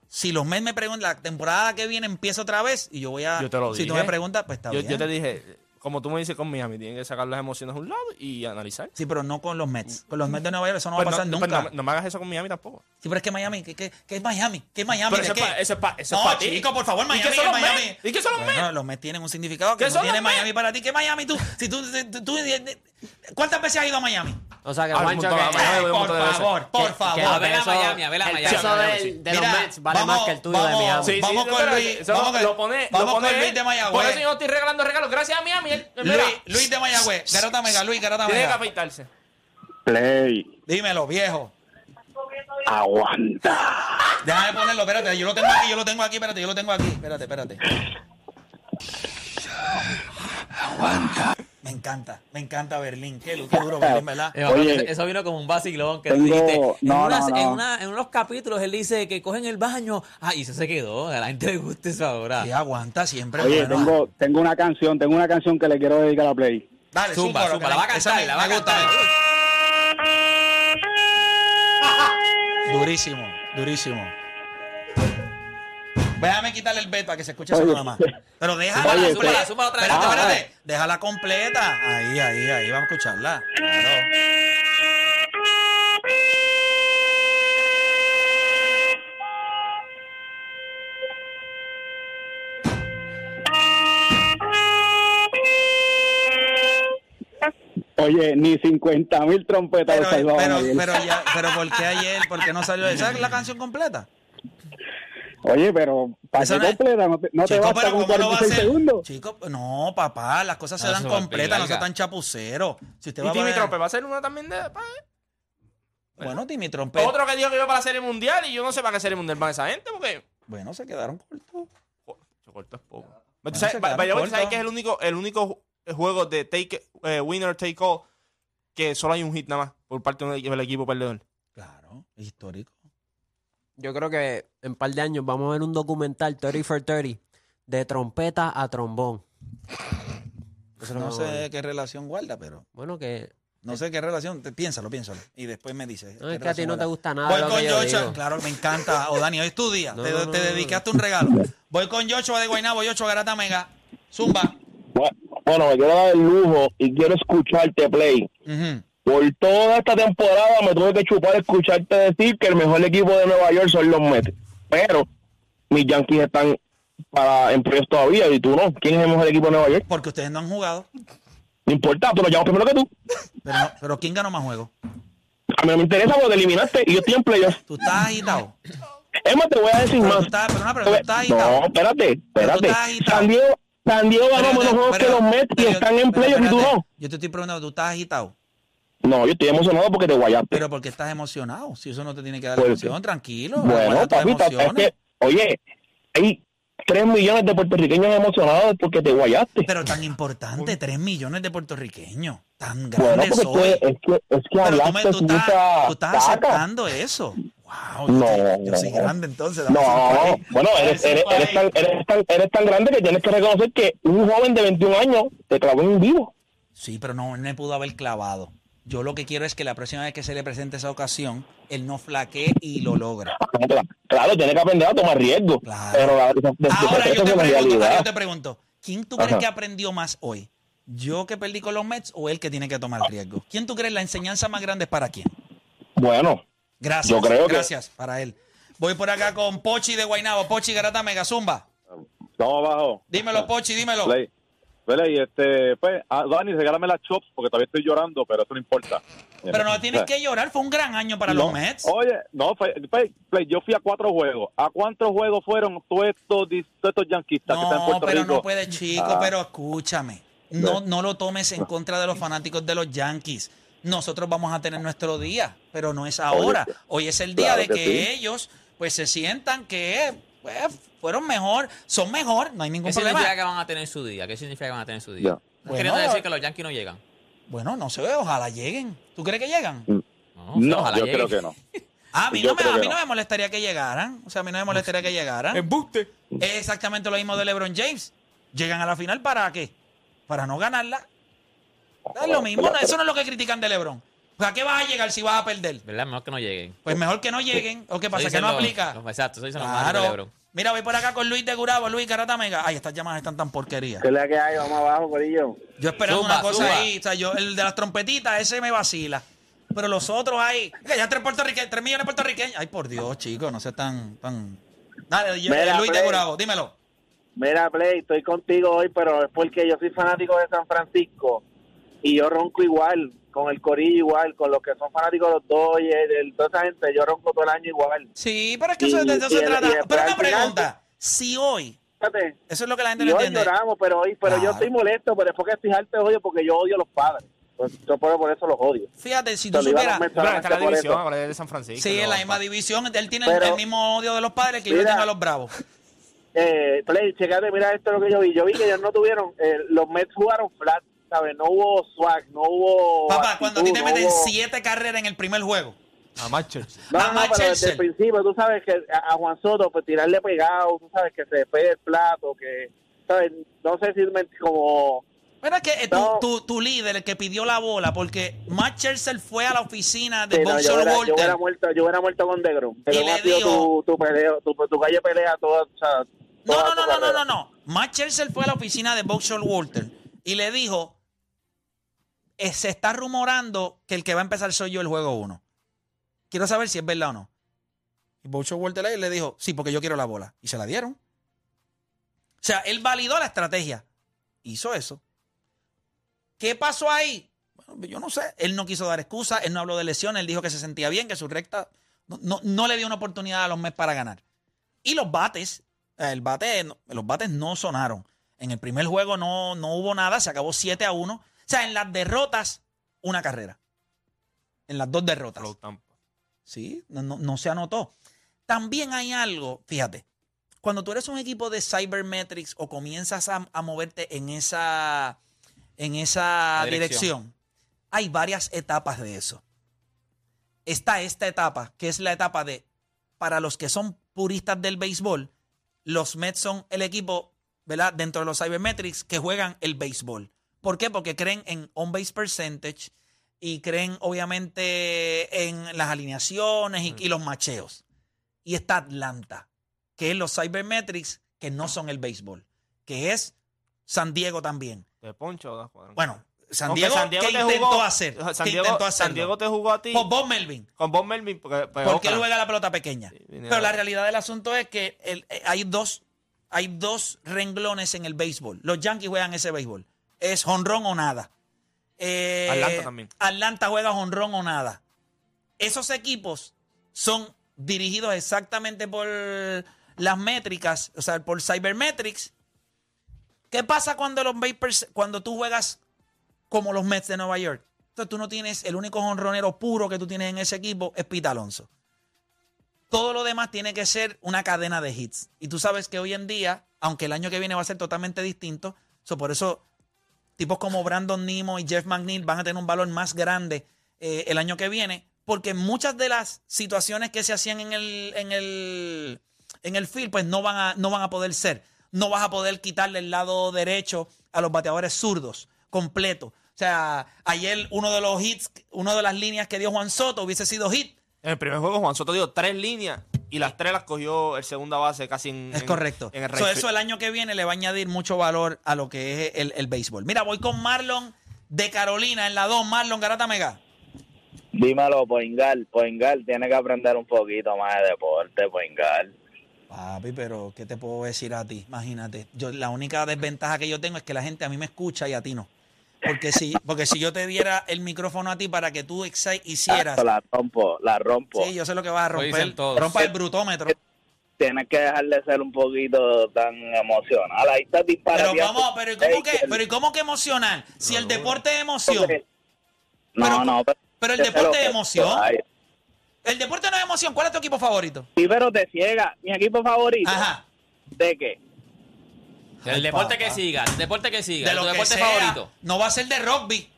Si los Mets me preguntan, la temporada que viene empieza otra vez, y yo voy a... Yo te lo si tú dije. me preguntas, pues está Yo, bien. yo te dije, como tú me dices con Miami, tienen que sacar las emociones a un lado y analizar. Sí, pero no con los Mets. Con los Mets de Nueva York eso no Pues va a pasar no, pues nunca. no- no me hagas eso con Miami tampoco. Sí, pero es que Miami, ¿qué, qué, qué es Miami? ¿Qué es Miami? Pero ¿De eso es qué? pa- eso es pa- eso es no, pa' ti. chico, por favor, ¿Y qué Miami son es los Miami. Mets? ¿Y qué son los Bueno, Mets? los Mets tienen un significado que ¿Qué no son tiene los Mets? Miami para ti. ¿Qué Miami tú? Si tú, si tú, tú- ¿Cuántas veces has ido a Miami? O sea, que Ah, un Juancho, montón, que- a Miami voy un por montón de veces. favor, por favor. a ver a Miami, a ver a el Miami. peso A ver a del- Miami, sí. de Mira, los Mets vale vamos- más que el tuyo vamos- de Miami. sí. Vamos no, con espérate, Luis, eso vamos con- lo pone, vamos lo pone con él. Luis de Mayagüez. Por eso yo no estoy regalando regalos. Gracias a Miami. él- mira, Luis, Luis de Mayagüez, Garota Mega, Luis, Garota Tiene que Mega. afeitarse. Play, Dímelo, viejo. aguanta. Déjame ponerlo, espérate, yo lo tengo aquí, yo lo tengo aquí, espérate, yo lo tengo aquí, espérate, espérate. Aguanta. Me encanta, me encanta Berlín, qué, lu- qué duro Berlín, ¿verdad? Eh, papá, Oye. eso- eso vino como un vacilón que Tengo- tú dijiste. En, no, unas- no, no. En, una- en unos capítulos él dice que cogen el baño. Ah, y eso se quedó. A la gente le gusta eso ahora. Que aguanta siempre. Oye, bueno. tengo, tengo una canción, tengo una canción que le quiero dedicar a Play. Dale, Zumba, zúmbalo, zumba, que la va a esa cantar, me- la va a me gusta. Durísimo, durísimo. Déjame quitarle el beta que se escuche eso Oye. nada más. Pero déjala Oye, completa. zúmbala, zúmbala otra vez. Espérate, Ah, espérate. Déjala completa. Ahí, ahí, ahí. Vamos a escucharla. Claro. Oye, ni 50 mil trompetas Pero, lo salvaban pero, ayer. pero, ya- pero ¿por qué ayer? ¿Por qué no salió? ¿Esa es la canción completa? Oye, pero para Eso que no es- completa, no te, no te Chico, basta con ¿cómo lo va a 46 hacer? segundos. Chico, no, papá, las cosas se No, dan Ah, eso va a completas, no pegar. sea tan chapucero. Si usted va Y a Timmy poner- Trompe va a ser una también de. pa- Bueno, Timmy Trompe. Otro que dijo que iba para la Serie Mundial y yo no sé para qué Serie Mundial va esa gente porque. Bueno, se quedaron cortos. Jo- Yo corto es poco. Pero tú Ah, se sabes, quedaron by- by the way, ¿tú cortos. sabes que es el único, el único ju- juego de take, eh, winner take all que solo hay un hit nada más por parte del del equipo perdedor. Claro, histórico. Yo creo que en un par de años vamos a ver un documental 30 for 30 de trompeta a trombón. Eso es lo No que vamos a ver. sé qué relación guarda, pero Bueno, que no sé qué relación. te- Piénsalo, piénsalo. Y después me dices. No, qué es que a ti relación no te guarda. gusta nada Este Voy lo con que yo Yocho. digo. Claro, me encanta. O Dani, hoy es tu día. No, te, no, te no, no, no. dedicaste un regalo. Voy con Yocho de Guaynabo, Yocho Garata Mega. Zumba. Bueno, me quiero dar el lujo y quiero escucharte, Play. Ujú. Por toda esta temporada me tuve que chupar escucharte decir que el mejor equipo de Nueva York son los Mets. Pero mis Yankees están para empleos todavía y tú no. ¿Quién es el mejor equipo de Nueva York? Porque ustedes no han jugado. No importa, tú lo llamas primero que tú. Pero, no- pero ¿quién ganó más juegos? A mí no me interesa porque te eliminaste y yo estoy en playoffs. Tú estás agitado. Es más, te voy a decir Pero tú más. estás, pero no, pero tú estás agitado. No, espérate, Pero tú espérate. estás agitado. San Diego, San Diego ganó menos juegos que los Mets y pero- están en pero playoffs y tú espérate, no. Yo te estoy preguntando, tú estás agitado. No, yo estoy emocionado porque te guayaste. Pero porque estás emocionado. Si eso no te tiene que dar Pues- emoción, tranquilo. Bueno, aguanta tus papita, es emociones. que, oye, hay 3 millones de puertorriqueños emocionados porque te guayaste. Pero tan importante, 3 millones de puertorriqueños. Tan Bueno, grande porque tú- soy. es que, es que Pero tú, me- hablaste tú estás, tú estás mucha caca. aceptando eso. Wow, yo, No, soy, yo no. soy grande entonces. dame cinco No, ahí. bueno, eres, eres, eres tan, eres, tan, eres tan grande que tienes que reconocer que un joven de 21 años te clavó en vivo. Sí, pero no él me pudo haber clavado. Yo lo que quiero es que la próxima vez que se le presente esa ocasión, él no flaquee y lo logra. Claro, tienes que aprender a tomar riesgo. Claro. Pero la, esa- Ahora esa yo es te, una pregunto, ahora realidad. yo te pregunto, ¿quién tú crees Ajá. que aprendió más hoy? ¿Yo que perdí con los Mets o él que tiene que tomar riesgo? ¿Quién tú crees la enseñanza más grande es para quién? Bueno, Gracias. Yo creo que- gracias para él. Voy por acá con Pochi de Guainabo. Pochi Garata Mega Zumba. Estamos abajo. Dímelo, Pochi, dímelo. Play. Play, este, pues, ah, Dani, regálame las chops porque todavía estoy llorando, pero eso no importa. Pero no tienes Eh, que llorar, fue un gran año para no. los Mets. Oye, no, fue- Play, Play, yo fui a cuatro juegos. ¿A cuántos juegos fueron todos estos, dis- todos estos yanquistas que están en No, pues, Puerto pero Rico? no puede, chico, Ah. pero escúchame. No, no lo tomes en contra de los fanáticos de los Yankees. Nosotros vamos a tener nuestro día, pero no es ahora. Hoy es el día claro de que que sí. ellos pues se sientan que pues, fueron mejor, son mejor, no hay ningún ¿Qué problema. significa que van a tener su día? ¿Qué significa que van a tener su día? Ya. ¿No Queriendo Bueno, decir que los Yankees no llegan. Bueno, no se ve, ojalá lleguen. ¿Tú crees que llegan? No, ojalá yo llegue. creo que no. A mí, Yo no me, creo a que mí no. no me molestaría que llegaran. O sea, a mí no me molestaría que llegaran. ¡Embuste! Es exactamente lo mismo de LeBron James. Llegan a la final para qué? Para no ganarla. Es lo mismo, no, eso no es lo que critican de LeBron. O sea, ¿A qué vas a llegar si vas a perder? ¿Verdad? Mejor que no lleguen. Pues mejor que no lleguen. ¿O qué pasa? Eso dicen ¿Que no los- aplica? los- exacto, eso dicen los malos de Claro. LeBron. Mira, voy por acá con Luis de Gurabo, Luis Garata Mega. Ay, estas llamadas están tan porquerías. ¿Qué es la que hay? Vamos abajo, Corillo. Yo esperando Zumba, una cosa zumba. ahí. O sea, yo, el de las trompetitas, ese me vacila. Pero los otros ahí. Mira, Ya tres puertorriqueños, tres millones de puertorriqueños. Ay, por Dios, chicos, no seas tan. tan... Dale, yo- eh, Mira, Luis de Play. Gurabo, dímelo. Mira, Play, estoy contigo hoy, pero es porque yo soy fanático de San Francisco y yo ronco igual, con el Corillo igual, con los que son fanáticos de los Dodgers, de toda esa gente, yo ronco todo el año igual. Sí, pero es que eso, de eso se trata. Pero una pregunta. Si hoy. Eso es lo que la gente Y no hoy entiende. lloramos, pero hoy, pero yo Claro. estoy molesto, pero es porque estoy harto de odio, porque yo odio a los padres. Pues, yo por, por eso los odio. Fíjate, si tú Pero iba a los supieras. Mets solamente está la por división, eso. ahora es de San Francisco. Sí, en no, la misma división. Él tiene Pero- el mismo odio de los padres que yo le Mira. tengo a los bravos. eh, Play, checate, mira esto lo que yo vi. Yo vi que ellos no tuvieron, eh, los Mets jugaron flat, ¿sabes? No hubo swag, no hubo. Papá, cuando a ti te actitud, no meten hubo- siete carreras en el primer juego. A Manchester. No, a no, no, pero desde el Manchester. principio, tú sabes que a a Juan Soto, pues tirarle pegado, tú sabes que se despegue el plato, que, ¿sabes? No sé si me, como. Bueno, es que eh, tu, tu- tu líder, el que pidió la bola, porque Matt Scherzer fue a la oficina de Sí, no, yo, Boxer hubiera, yo hubiera Walter. muerto, yo hubiera muerto con Degrom. Degrom le ha sido digo- tu, tu, peleo, tu, tu calle pelea toda, o sea, No, toda no, tu no, no, no, carrera. no, no. Matt Scherzer fue a la oficina de Boxer Walter y le dijo: "Eh, Se está rumorando que el que va a empezar soy yo el juego uno. Quiero saber si es verdad o no. Y Boxer Walter ahí le dijo: Sí, porque yo quiero la bola. Y se la dieron. O sea, él validó la estrategia. Hizo eso. ¿Qué pasó ahí? Bueno, Yo no sé. Él no quiso dar excusa, él no habló de lesiones, él dijo que se sentía bien, que su recta no, no- no le dio una oportunidad a los Mets para ganar. Y los bates, eh, el bate, no- los bates no sonaron. En el primer juego no, no hubo nada, se acabó 7 a 1. O sea, en las derrotas, una carrera. En las dos derrotas. Sí, no, no- no se anotó. También hay algo, fíjate, cuando tú eres un equipo de Cybermetrics o comienzas a, a moverte en esa, en esa La dirección. dirección, hay varias etapas de eso. Está esta etapa, que es la etapa de, para los que son puristas del béisbol, los Mets son el equipo, ¿verdad? Dentro de los Cybermetrics que juegan el béisbol. ¿Por qué? Porque creen en on-base percentage y creen obviamente en las alineaciones Mm. y, y los macheos. Y está Atlanta, que es los Cybermetrics que no son el béisbol, que es San Diego también. ¿De poncho o de cuadrón? Bueno, San Aunque Diego, San Diego ¿qué te intentó jugó- hacer? San ¿Qué Diego- intentó San hacerlo? Pues Diego te jugó a ti. Con Bob Melvin. Con Bob Melvin. Porque, pues, porque Porque él Oakland. juega la pelota pequeña. viene Pero la- la realidad del asunto es que el- eh, hay, dos, hay dos renglones en el béisbol. Los Yankees juegan ese béisbol. Es jonrón o nada. Eh, Atlanta también. Atlanta juega jonrón o nada. Esos equipos son dirigidos exactamente por las métricas, o sea, por Cybermetrics. ¿Qué pasa cuando los Vapers, cuando tú juegas como los Mets de Nueva York? Entonces tú no tienes, el único jonronero puro que tú tienes en ese equipo es Pete Alonso. Todo lo demás tiene que ser una cadena de hits. Y tú sabes que hoy en día, aunque el año que viene va a ser totalmente distinto, so por eso tipos como Brandon Nemo y Jeff McNeil van a tener un valor más grande eh, el año que viene, porque muchas de las situaciones que se hacían en el, en el, en el field, pues no van, a, no van a poder ser. No vas a poder quitarle el lado derecho a los bateadores zurdos completo. O sea, ayer uno de los hits, una de las líneas que dio Juan Soto hubiese sido hit. En el primer juego Juan Soto dio tres líneas y las tres las cogió el segunda base casi en... Es en- correcto. En el So, right eso el año que viene le va a añadir mucho valor a lo que es el, el béisbol. Mira, voy con Marlon de Carolina en la 2. Marlon Garata Mega. Dímelo, Poingal. Poingal tiene que aprender un poquito más de deporte, Poingal. Papi, pero ¿qué te puedo decir a ti? Imagínate. Yo, la única desventaja que yo tengo es que la gente a mí me escucha y a ti no. Porque si, porque si yo te diera el micrófono a ti para que tú exa- hicieras. Tacho, La rompo, la rompo. Sí, yo sé lo que vas a Lo romper. dicen todos. Rompa el brutómetro. Tienes que dejar de ser un poquito tan emocional. Ahí estás disparando. Pero vamos, pero ¿y cómo que, pero ¿y cómo que emocional? Si el deporte es emoción. No, no. Pero, pero el deporte es es emoción. El deporte no es emoción. ¿Cuál es tu equipo favorito? Sí, pero te ciega. Mi equipo favorito. Ajá. ¿De qué? El deporte que siga, el deporte que siga, De tu lo que deporte sea, favorito. no va a ser de rugby.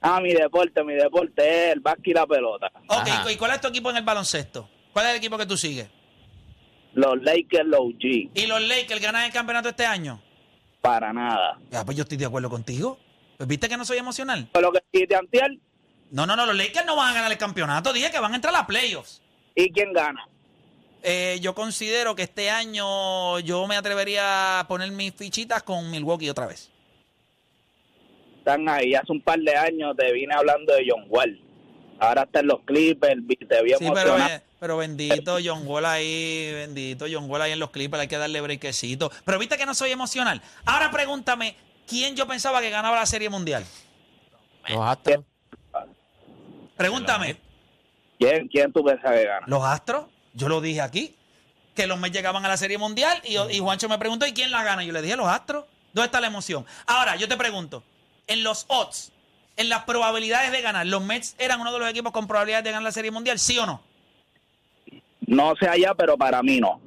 Ah, mi deporte, mi deporte es el básquet y la pelota. Ok, ¿y cuál es tu equipo en el baloncesto? ¿Cuál es el equipo que tú sigues? Los Lakers, los G, ¿Y los Lakers ganan el campeonato este año? para nada. Ya, pues yo estoy de acuerdo contigo. Pues, ¿Viste que no soy emocional? Pero que si te No, no, no, los Lakers no van a ganar el campeonato. Dije que van a entrar a las playoffs. Eh, ¿Y quién gana? yo considero que este año yo me atrevería a poner mis fichitas con Milwaukee otra vez. están ahí. Hace un par de años te vine hablando de John Wall. Ahora está en los Clippers, vi- te vi Sí, pero, emocionado. eh, pero bendito John Wall ahí, bendito John Wall ahí en los clippers, hay que darle brequecito. Pero viste que no soy emocional. Ahora pregúntame, ¿quién yo pensaba que ganaba la Serie Mundial? Los Astros. Pregúntame, eh, ¿Quién, quién tú pensabas que gana? ¿los Astros? Yo lo dije aquí, que los Mets llegaban a la Serie Mundial y, y Juancho me preguntó, ¿y quién la gana? Yo le dije, los Astros. ¿Dónde está la emoción? Ahora, yo te pregunto, en los odds, en las probabilidades de ganar, ¿los Mets eran uno de los equipos con probabilidades de ganar la Serie Mundial? ¿Sí o no? No sé allá, pero para mí no.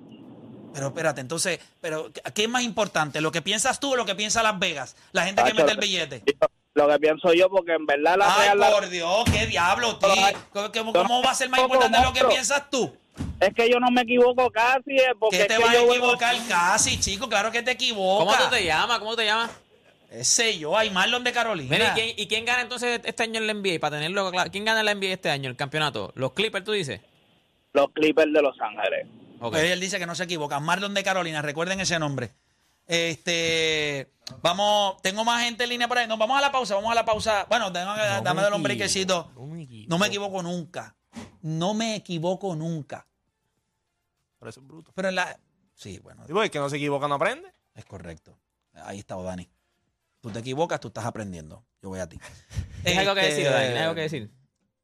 Pero espérate, entonces, pero ¿qué es más importante? ¿Lo que piensas tú o lo que piensa Las Vegas? La gente que Tacho, mete el billete. Lo que pienso yo, porque en verdad la Ay, Real la- por Dios, qué diablo, tío. ¿Cómo, cómo- cómo va a ser más importante lo que piensas tú? es que yo no me equivoco casi, eh, porque Que es te que vas a yo veo- equivocar casi, chico. Claro que te ¿Cómo equivocas. tú te llamas? ¿Cómo te llamas? Ese yo, hay Marlon de Carolina. Mira, ¿y quién, y quién gana entonces este año en la NBA? Para tenerlo claro, ¿quién gana en la NBA este año, el campeonato? ¿Los Clippers, tú dices? Los Clippers de Los Ángeles. Pero Pues él dice que no se equivoca. Marlon de Carolina, recuerden ese nombre. Este, vamos, tengo más gente en línea por ahí. Nos vamos a la pausa, vamos a la pausa. Bueno, tengo que, dame el hombre No me equivoco nunca. No me equivoco nunca. Por eso es bruto. Pero en la. Sí, bueno, Digo, el que no se equivoca no aprende. es correcto. Ahí está, oh, Dani. Tú te equivocas, tú estás aprendiendo. Yo voy a ti. ¿Tienes algo que Este, decir, Dani? ¿Tienes algo que decir?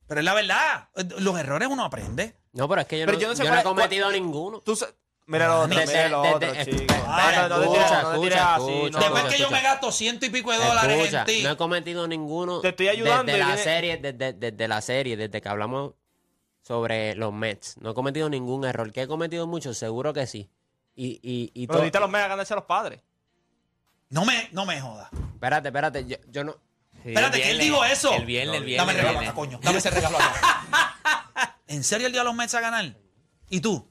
Pero es la verdad. Los errores uno aprende. No, pero es que yo Pero no, yo no sé yo cuál- he cometido ninguno. Tú sa- Mira lo otro, Desde- mira lo desde- otro, eh, chico. Ah, espera, No, no, no te tires- escucha, no te tires escucha, así, no, escucha. no. Después que yo escucha. me gasto ciento y pico de dólares Escucha, en ti. No he cometido ninguno. Te estoy ayudando Desde y la viene- serie, desde, desde la serie, desde que hablamos sobre los Mets. No he cometido ningún error. ¿Que he cometido muchos? Seguro que sí. Y, y, y Pero to- diste a los megas ganarse a los padres. No me, no me jodas. Espérate, espérate. Yo, yo no. Espérate, que él dijo eso. El viernes, el viernes. Dame el el regalo viernes. acá, coño. Dame ese regalo acá. ¿En serio el día de los Mets a ganar? ¿Y tú?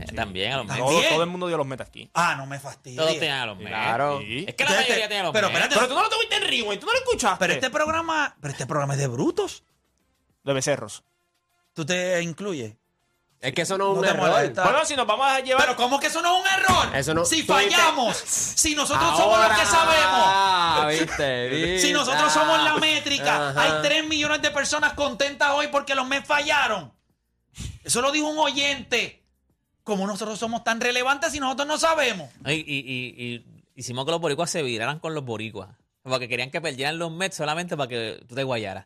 Eh, También a los Mets. Todo, Bien. todo el mundo dio los metas aquí. Ah, no me fastidies. Todos tienen a los Mets. Claro. Sí. Es que la Ustedes te- mayoría tiene a los pero Mets. espérate, Pero tú no lo tuviste en Rewind, tú no lo escuchaste. pero este programa, pero este programa es de brutos. De becerros. Tú te incluyes. Es que eso no es No un te error. molesta. Bueno, si nos vamos a dejar llevar. Pero ¿cómo que eso no es un error? Eso no- si tú dices- fallamos, si nosotros somos los que sabemos, Ah, viste, viste. si nosotros somos la métrica, Ajá. hay 3 millones de personas contentas hoy porque los mes fallaron. Eso lo dijo un oyente. Como nosotros somos tan relevantes si nosotros no sabemos. Y, y- y- y hicimos que los boricuas se viraran con los boricuas. Porque querían que perdieran los Mets solamente para que tú te guayaras.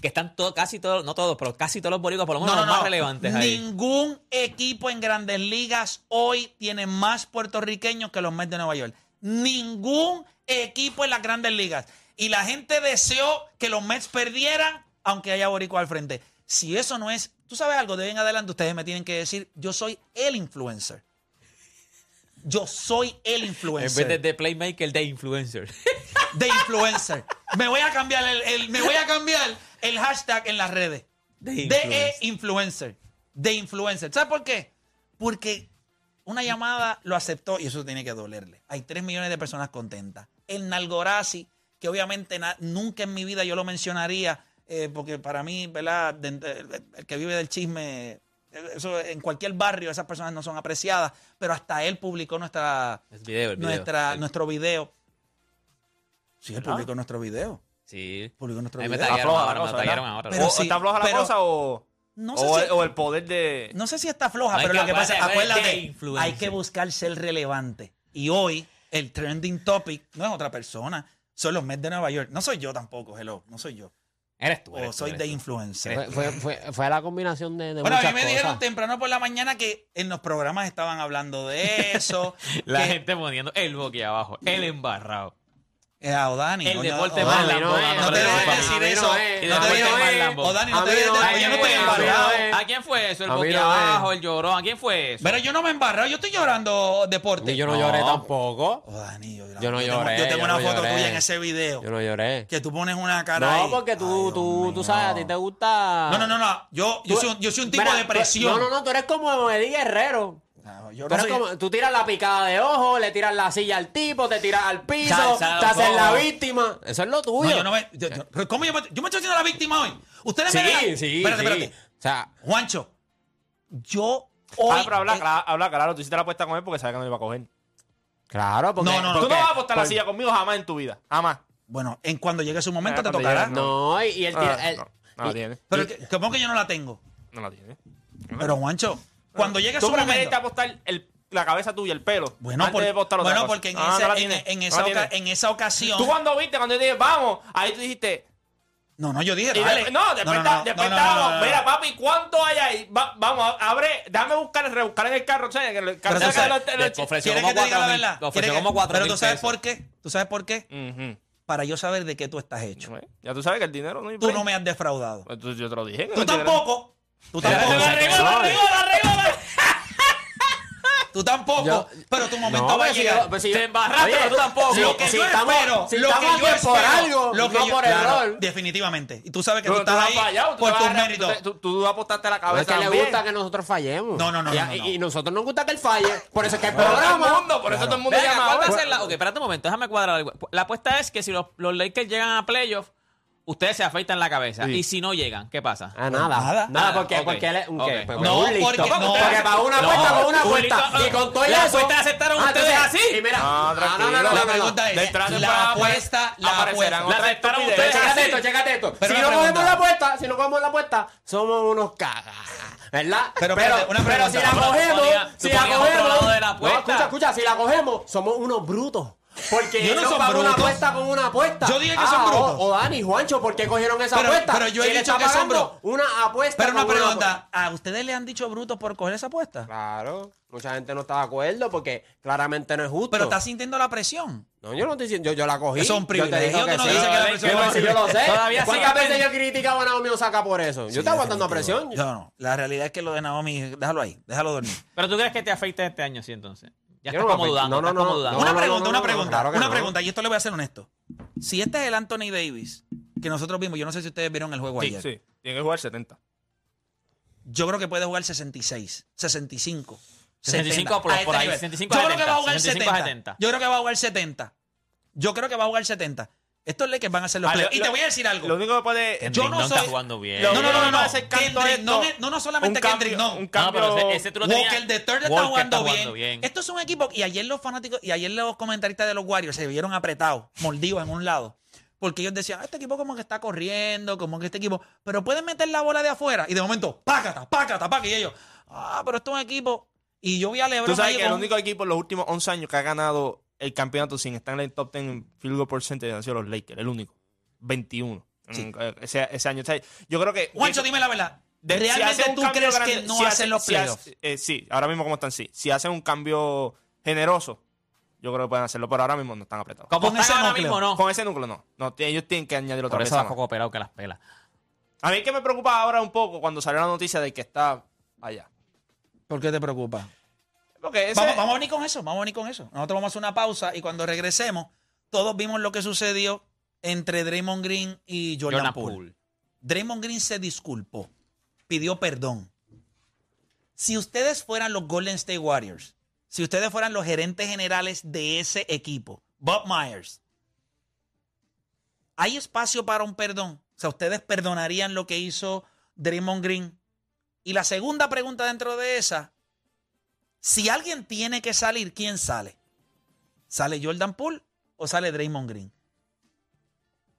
Que están todos, casi todos, no todos, pero casi todos los boricuas, por lo menos los más relevantes ahí. Ningún equipo en grandes ligas hoy tiene más puertorriqueños que los Mets de Nueva York. Ningún equipo en las grandes ligas. Y la gente deseó que los Mets perdieran, aunque haya Boricua al frente. Si eso no es, tú sabes algo, de hoy en adelante ustedes me tienen que decir, yo soy el influencer. Yo soy el En influencer. vez de, de playmaker, de influencer. de influencer. Me voy a cambiar el, el- me voy a cambiar el hashtag en las redes. De De influencer. De influencer. ¿Sabes por qué? Porque una llamada lo aceptó y eso tiene que dolerle. Hay 3 millones de personas contentas. El Nalgorazi, que obviamente na- nunca en mi vida yo lo mencionaría, eh, porque para mí, ¿verdad? De- de- el, el que vive del chisme, eh, eso, en cualquier barrio esas personas no son apreciadas, pero hasta él publicó nuestra, Es video, el video. nuestra, El- nuestro video. Sí, él publicó nuestro video. Sí. Publicó nuestro Ahí me video. tallaron Afloja la ahora, me cosa, ¿verdad? tallaron ahora. Oh, Pero o, sí, ¿Está floja la pero- cosa o, No sé o, si- el, o el poder de. No sé si está floja, No hay pero que- lo que pasa es, acuérdate, de acuérdate, influencer. hay que buscar ser relevante. Y hoy, el trending topic no es otra persona, son los Mets de Nueva York. No soy yo tampoco, hello, no soy yo. Eres tú. O eres tú, soy eres de tú. influencer. Fue, fue, fue- fue la combinación de, de Bueno, a mí Pues, muchas me cosas. dijeron temprano por la mañana que en los programas estaban hablando de eso. La que- gente poniendo el boqui abajo, el embarrado. Eh, a Odani. El coño, deporte Odani. más Lambo. No te dejes decir eso. No te dejes decir eso. Odani, no te dejes decir Yo no estoy embarrado. ¿A quién fue eso? El A mí no boqui abajo, el llorón. ¿A quién fue eso? Pero yo no me he embarrado. Yo estoy llorando deporte. Y yo no lloré tampoco. yo no tengo- lloré. Yo tengo una no foto lloré. tuya en ese video. Yo no lloré. Que tú pones una cara No, ahí. porque tú, tú, tú sabes, a ti te gusta. No, no, no, no. Yo, yo, Tú- soy, un- yo soy un tipo Mira, de tú- presión. No, no, no, tú eres como Eddie Guerrero. yo tú, no eres soy- como- tú tiras la picada de ojo, le tiras la silla al tipo, te tiras al piso, Salsa, te haces la ojo. víctima. Eso es lo tuyo. No, yo no me- yo- yo- pero ¿Cómo yo me, yo me estoy haciendo la víctima hoy? Ustedes Sí, me regalan- sí, Espérate, sí. espérate. O sea, Juancho, yo hoy. Ah, pero eh, habla, claro, habla claro, tú hiciste la apuesta con él porque sabes que no lo iba a coger. Claro, porque. No, no, no. Tú no porque- vas a apostar la porque- silla conmigo jamás en tu vida. Jamás. Bueno, en cuando llegue su momento te cuando tocará. llegue, No, y- y él tira- Ah, él- no, no la tiene. Pero que- ¿cómo que yo no la tengo? No la tiene. Pero Juancho, cuando llegue Tú su preferiste momento. apostar el- la cabeza tuya, el pelo. Bueno, antes por- de apostar otra bueno cosa. porque en, Ah, no esa- la en, tiene, en no esa la oca- tiene. en esa ocasión. Tú cuando viste, cuando yo te dije, vamos, ahí tú dijiste. No, no, yo y dije, de- dale. no, después está- después estábamos. no, no, no. Mira, papi, ¿cuánto hay ahí? Va- vamos, abre, déjame buscar, rebuscar en el carro. ¿sabes? En el carro Pero tú saca sabes- los- los- ofreció ¿Quieres como que te diga la 4.000, verdad? te ofreció ¿Quieres que- como 4.000 Pero tú sabes pesos. por qué. ¿Tú sabes por qué? Ujú. Para yo saber de qué tú estás hecho. Ya tú sabes que el dinero no hay Tú break. no me has defraudado. Pues tú- yo te lo dije. que Tú el dinero- tampoco. Tú pues, tampoco. pues, Tú tampoco. pero tu momento No, va a pero si llegar. yo- pero Pues si yo- te embarraste, Oye, pero tú tampoco. si- lo que si yo estamos- espero, si lo que estamos yo aquí por espero, algo, lo que no yo- por claro, error. Definitivamente. Y tú sabes que Tú- tú, tú estás has ahí fallado, tú te por vas tus a- tú te- méritos. Tú, tú apostaste la No, cabeza. es que le también. gusta que nosotros fallemos. No, no, no, Y, no, no, no. y nosotros nos gusta que él falle. Por eso es que el Pero todo el programa. mundo, por eso todo el mundo Venga, llama ¿cuántas pues, ahora. es la- Ok, espérate un momento, déjame cuadrar algo. La apuesta es que si los, los Lakers llegan a playoff, ustedes se afeitan la cabeza. Sí. Y si no llegan, ¿qué pasa? Ah, nada. Nada. Nada, porque, Ok, porque él es un ok. qué? Pues, No, un listo. porque- porque, no, para una no, apuesta, con una un apuesta. listo, y con todo la eso. Ah, apuesta la aceptaron ustedes entonces, así. Y mira, No, Ah, tranquilo. no, La no, no, no, no. pregunta es, Dentro de la la temporada, apuesta, la aparecerán apuesta. La otras aceptaron estupideces. ustedes. Chécate esto, chécate esto. Pero si una no pregunta. cogemos la apuesta, si no cogemos la apuesta, somos unos cagas. ¿Verdad? Pero, espérate, una pero si pregunta. la Tú cogemos, ponías- tú si la ponías otro cogemos. lado de la apuesta. No, escucha, escucha, si la cogemos, somos unos brutos. Porque Yo no ellos soy van bruto. una apuesta con una apuesta. Yo dije que son brutos. O, o Dani, Juancho, ¿por qué cogieron esa Pero- apuesta? pero yo he Si él dicho está que son pagando Una apuesta. Pero una con pregunta, ¿a ustedes le han dicho bruto por coger esa apuesta? Claro, mucha gente no está de acuerdo porque claramente no es justo. Pero estás sintiendo la presión. No, yo no estoy diciendo, yo, yo la cogí. Eso es un Yo te privilegio, digo tú no sí. dices que la Yo presión lo- es un sí, yo lo sé. privilegio. Todavía ¿Cuántas sigue veces pen- yo criticaba a Naomi Osaka por eso? yo Sí, estaba aguantando definitivo. presión. No, no. La realidad es que lo de Naomi, déjalo ahí, déjalo dormir. Pero tú crees que te afeites este año, sí, entonces. Ya Yo estás no me como afeito. dudando. No, no, estás no, como no. dudando. una pregunta, una no, no, pregunta, claro que una no. pregunta, y esto le voy a ser honesto. Si este es el Anthony Davis que nosotros vimos, yo no sé si ustedes vieron el juego Sí, ayer. sí. Tiene que jugar 70. Yo creo que puede jugar 66, 65. 65 por- a este por ahí, nivel. 65 Yo a creo que va a jugar 70, 70. 70. Yo creo que va a jugar 70. Yo creo que va a jugar 70. Estos Lakers van a hacer los Ah, lo- playoffs. Y te lo- voy a decir algo. Lo único que puede. Kendrick yo no Nunn está soy- jugando bien. no, lo no, único no, que no, puede no. hacer canto Kendrick esto, Nunn es- no, no solamente un Kendrick, cambio- no. Un No, pero cambio. ese, ese tú lo tenías. Walker de Third está Walker jugando, bien. bien. Estos son equipos. Y ayer los fanáticos, y ayer los comentaristas de los Warriors se vieron apretados, mordidos en un lado. Porque ellos decían, "Ah, este equipo como que está corriendo, como que este equipo. Pero pueden meter la bola de afuera. Y de momento, pácata, pácata, pácata. Y ellos, ah, pero esto es un equipo. Y yo vi a LeBron Tú sabes ahí que el con- único equipo en los últimos 11 años que ha ganado el campeonato sin estar en el top 10 en field goal percentage han sido los Lakers, el único. 21. Sí. Mm, Ese, ese año. O sea, yo creo que. Juancho, dime la verdad. de- si ¿Realmente hacen un tú cambio crees que grande- no si hacen hace- los si hace- playoffs? eh, sí, ahora mismo como están, sí. Si hacen un cambio generoso, yo creo que pueden hacerlo, pero ahora mismo no están apretados. Como Con están ese ahora núcleo. mismo, no. Con ese núcleo no. no. t- Ellos tienen que añadir otra Por vez eso va más. poco operado que las pelas. A mí que me preocupa ahora un poco cuando salió la noticia de que está allá. ¿Por qué te preocupa? Porque ese- Vamos, vamos a venir con eso, vamos a venir con eso. Nosotros vamos a hacer una pausa y cuando regresemos, todos vimos lo que sucedió entre Draymond Green y Jordan, Jordan Poole. Poole. Draymond Green se disculpó, pidió perdón. Si ustedes fueran los Golden State Warriors, si ustedes fueran los gerentes generales de ese equipo, Bob Myers, ¿hay espacio para un perdón? O sea, ¿ustedes perdonarían lo que hizo Draymond Green? Y la segunda pregunta dentro de esa, si alguien tiene que salir, ¿quién sale? ¿Sale Jordan Poole o sale Draymond Green?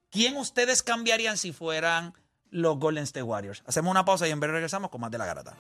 ¿Quién ustedes cambiarían si fueran los Golden State Warriors? Hacemos una pausa y en breve regresamos con más de la garata.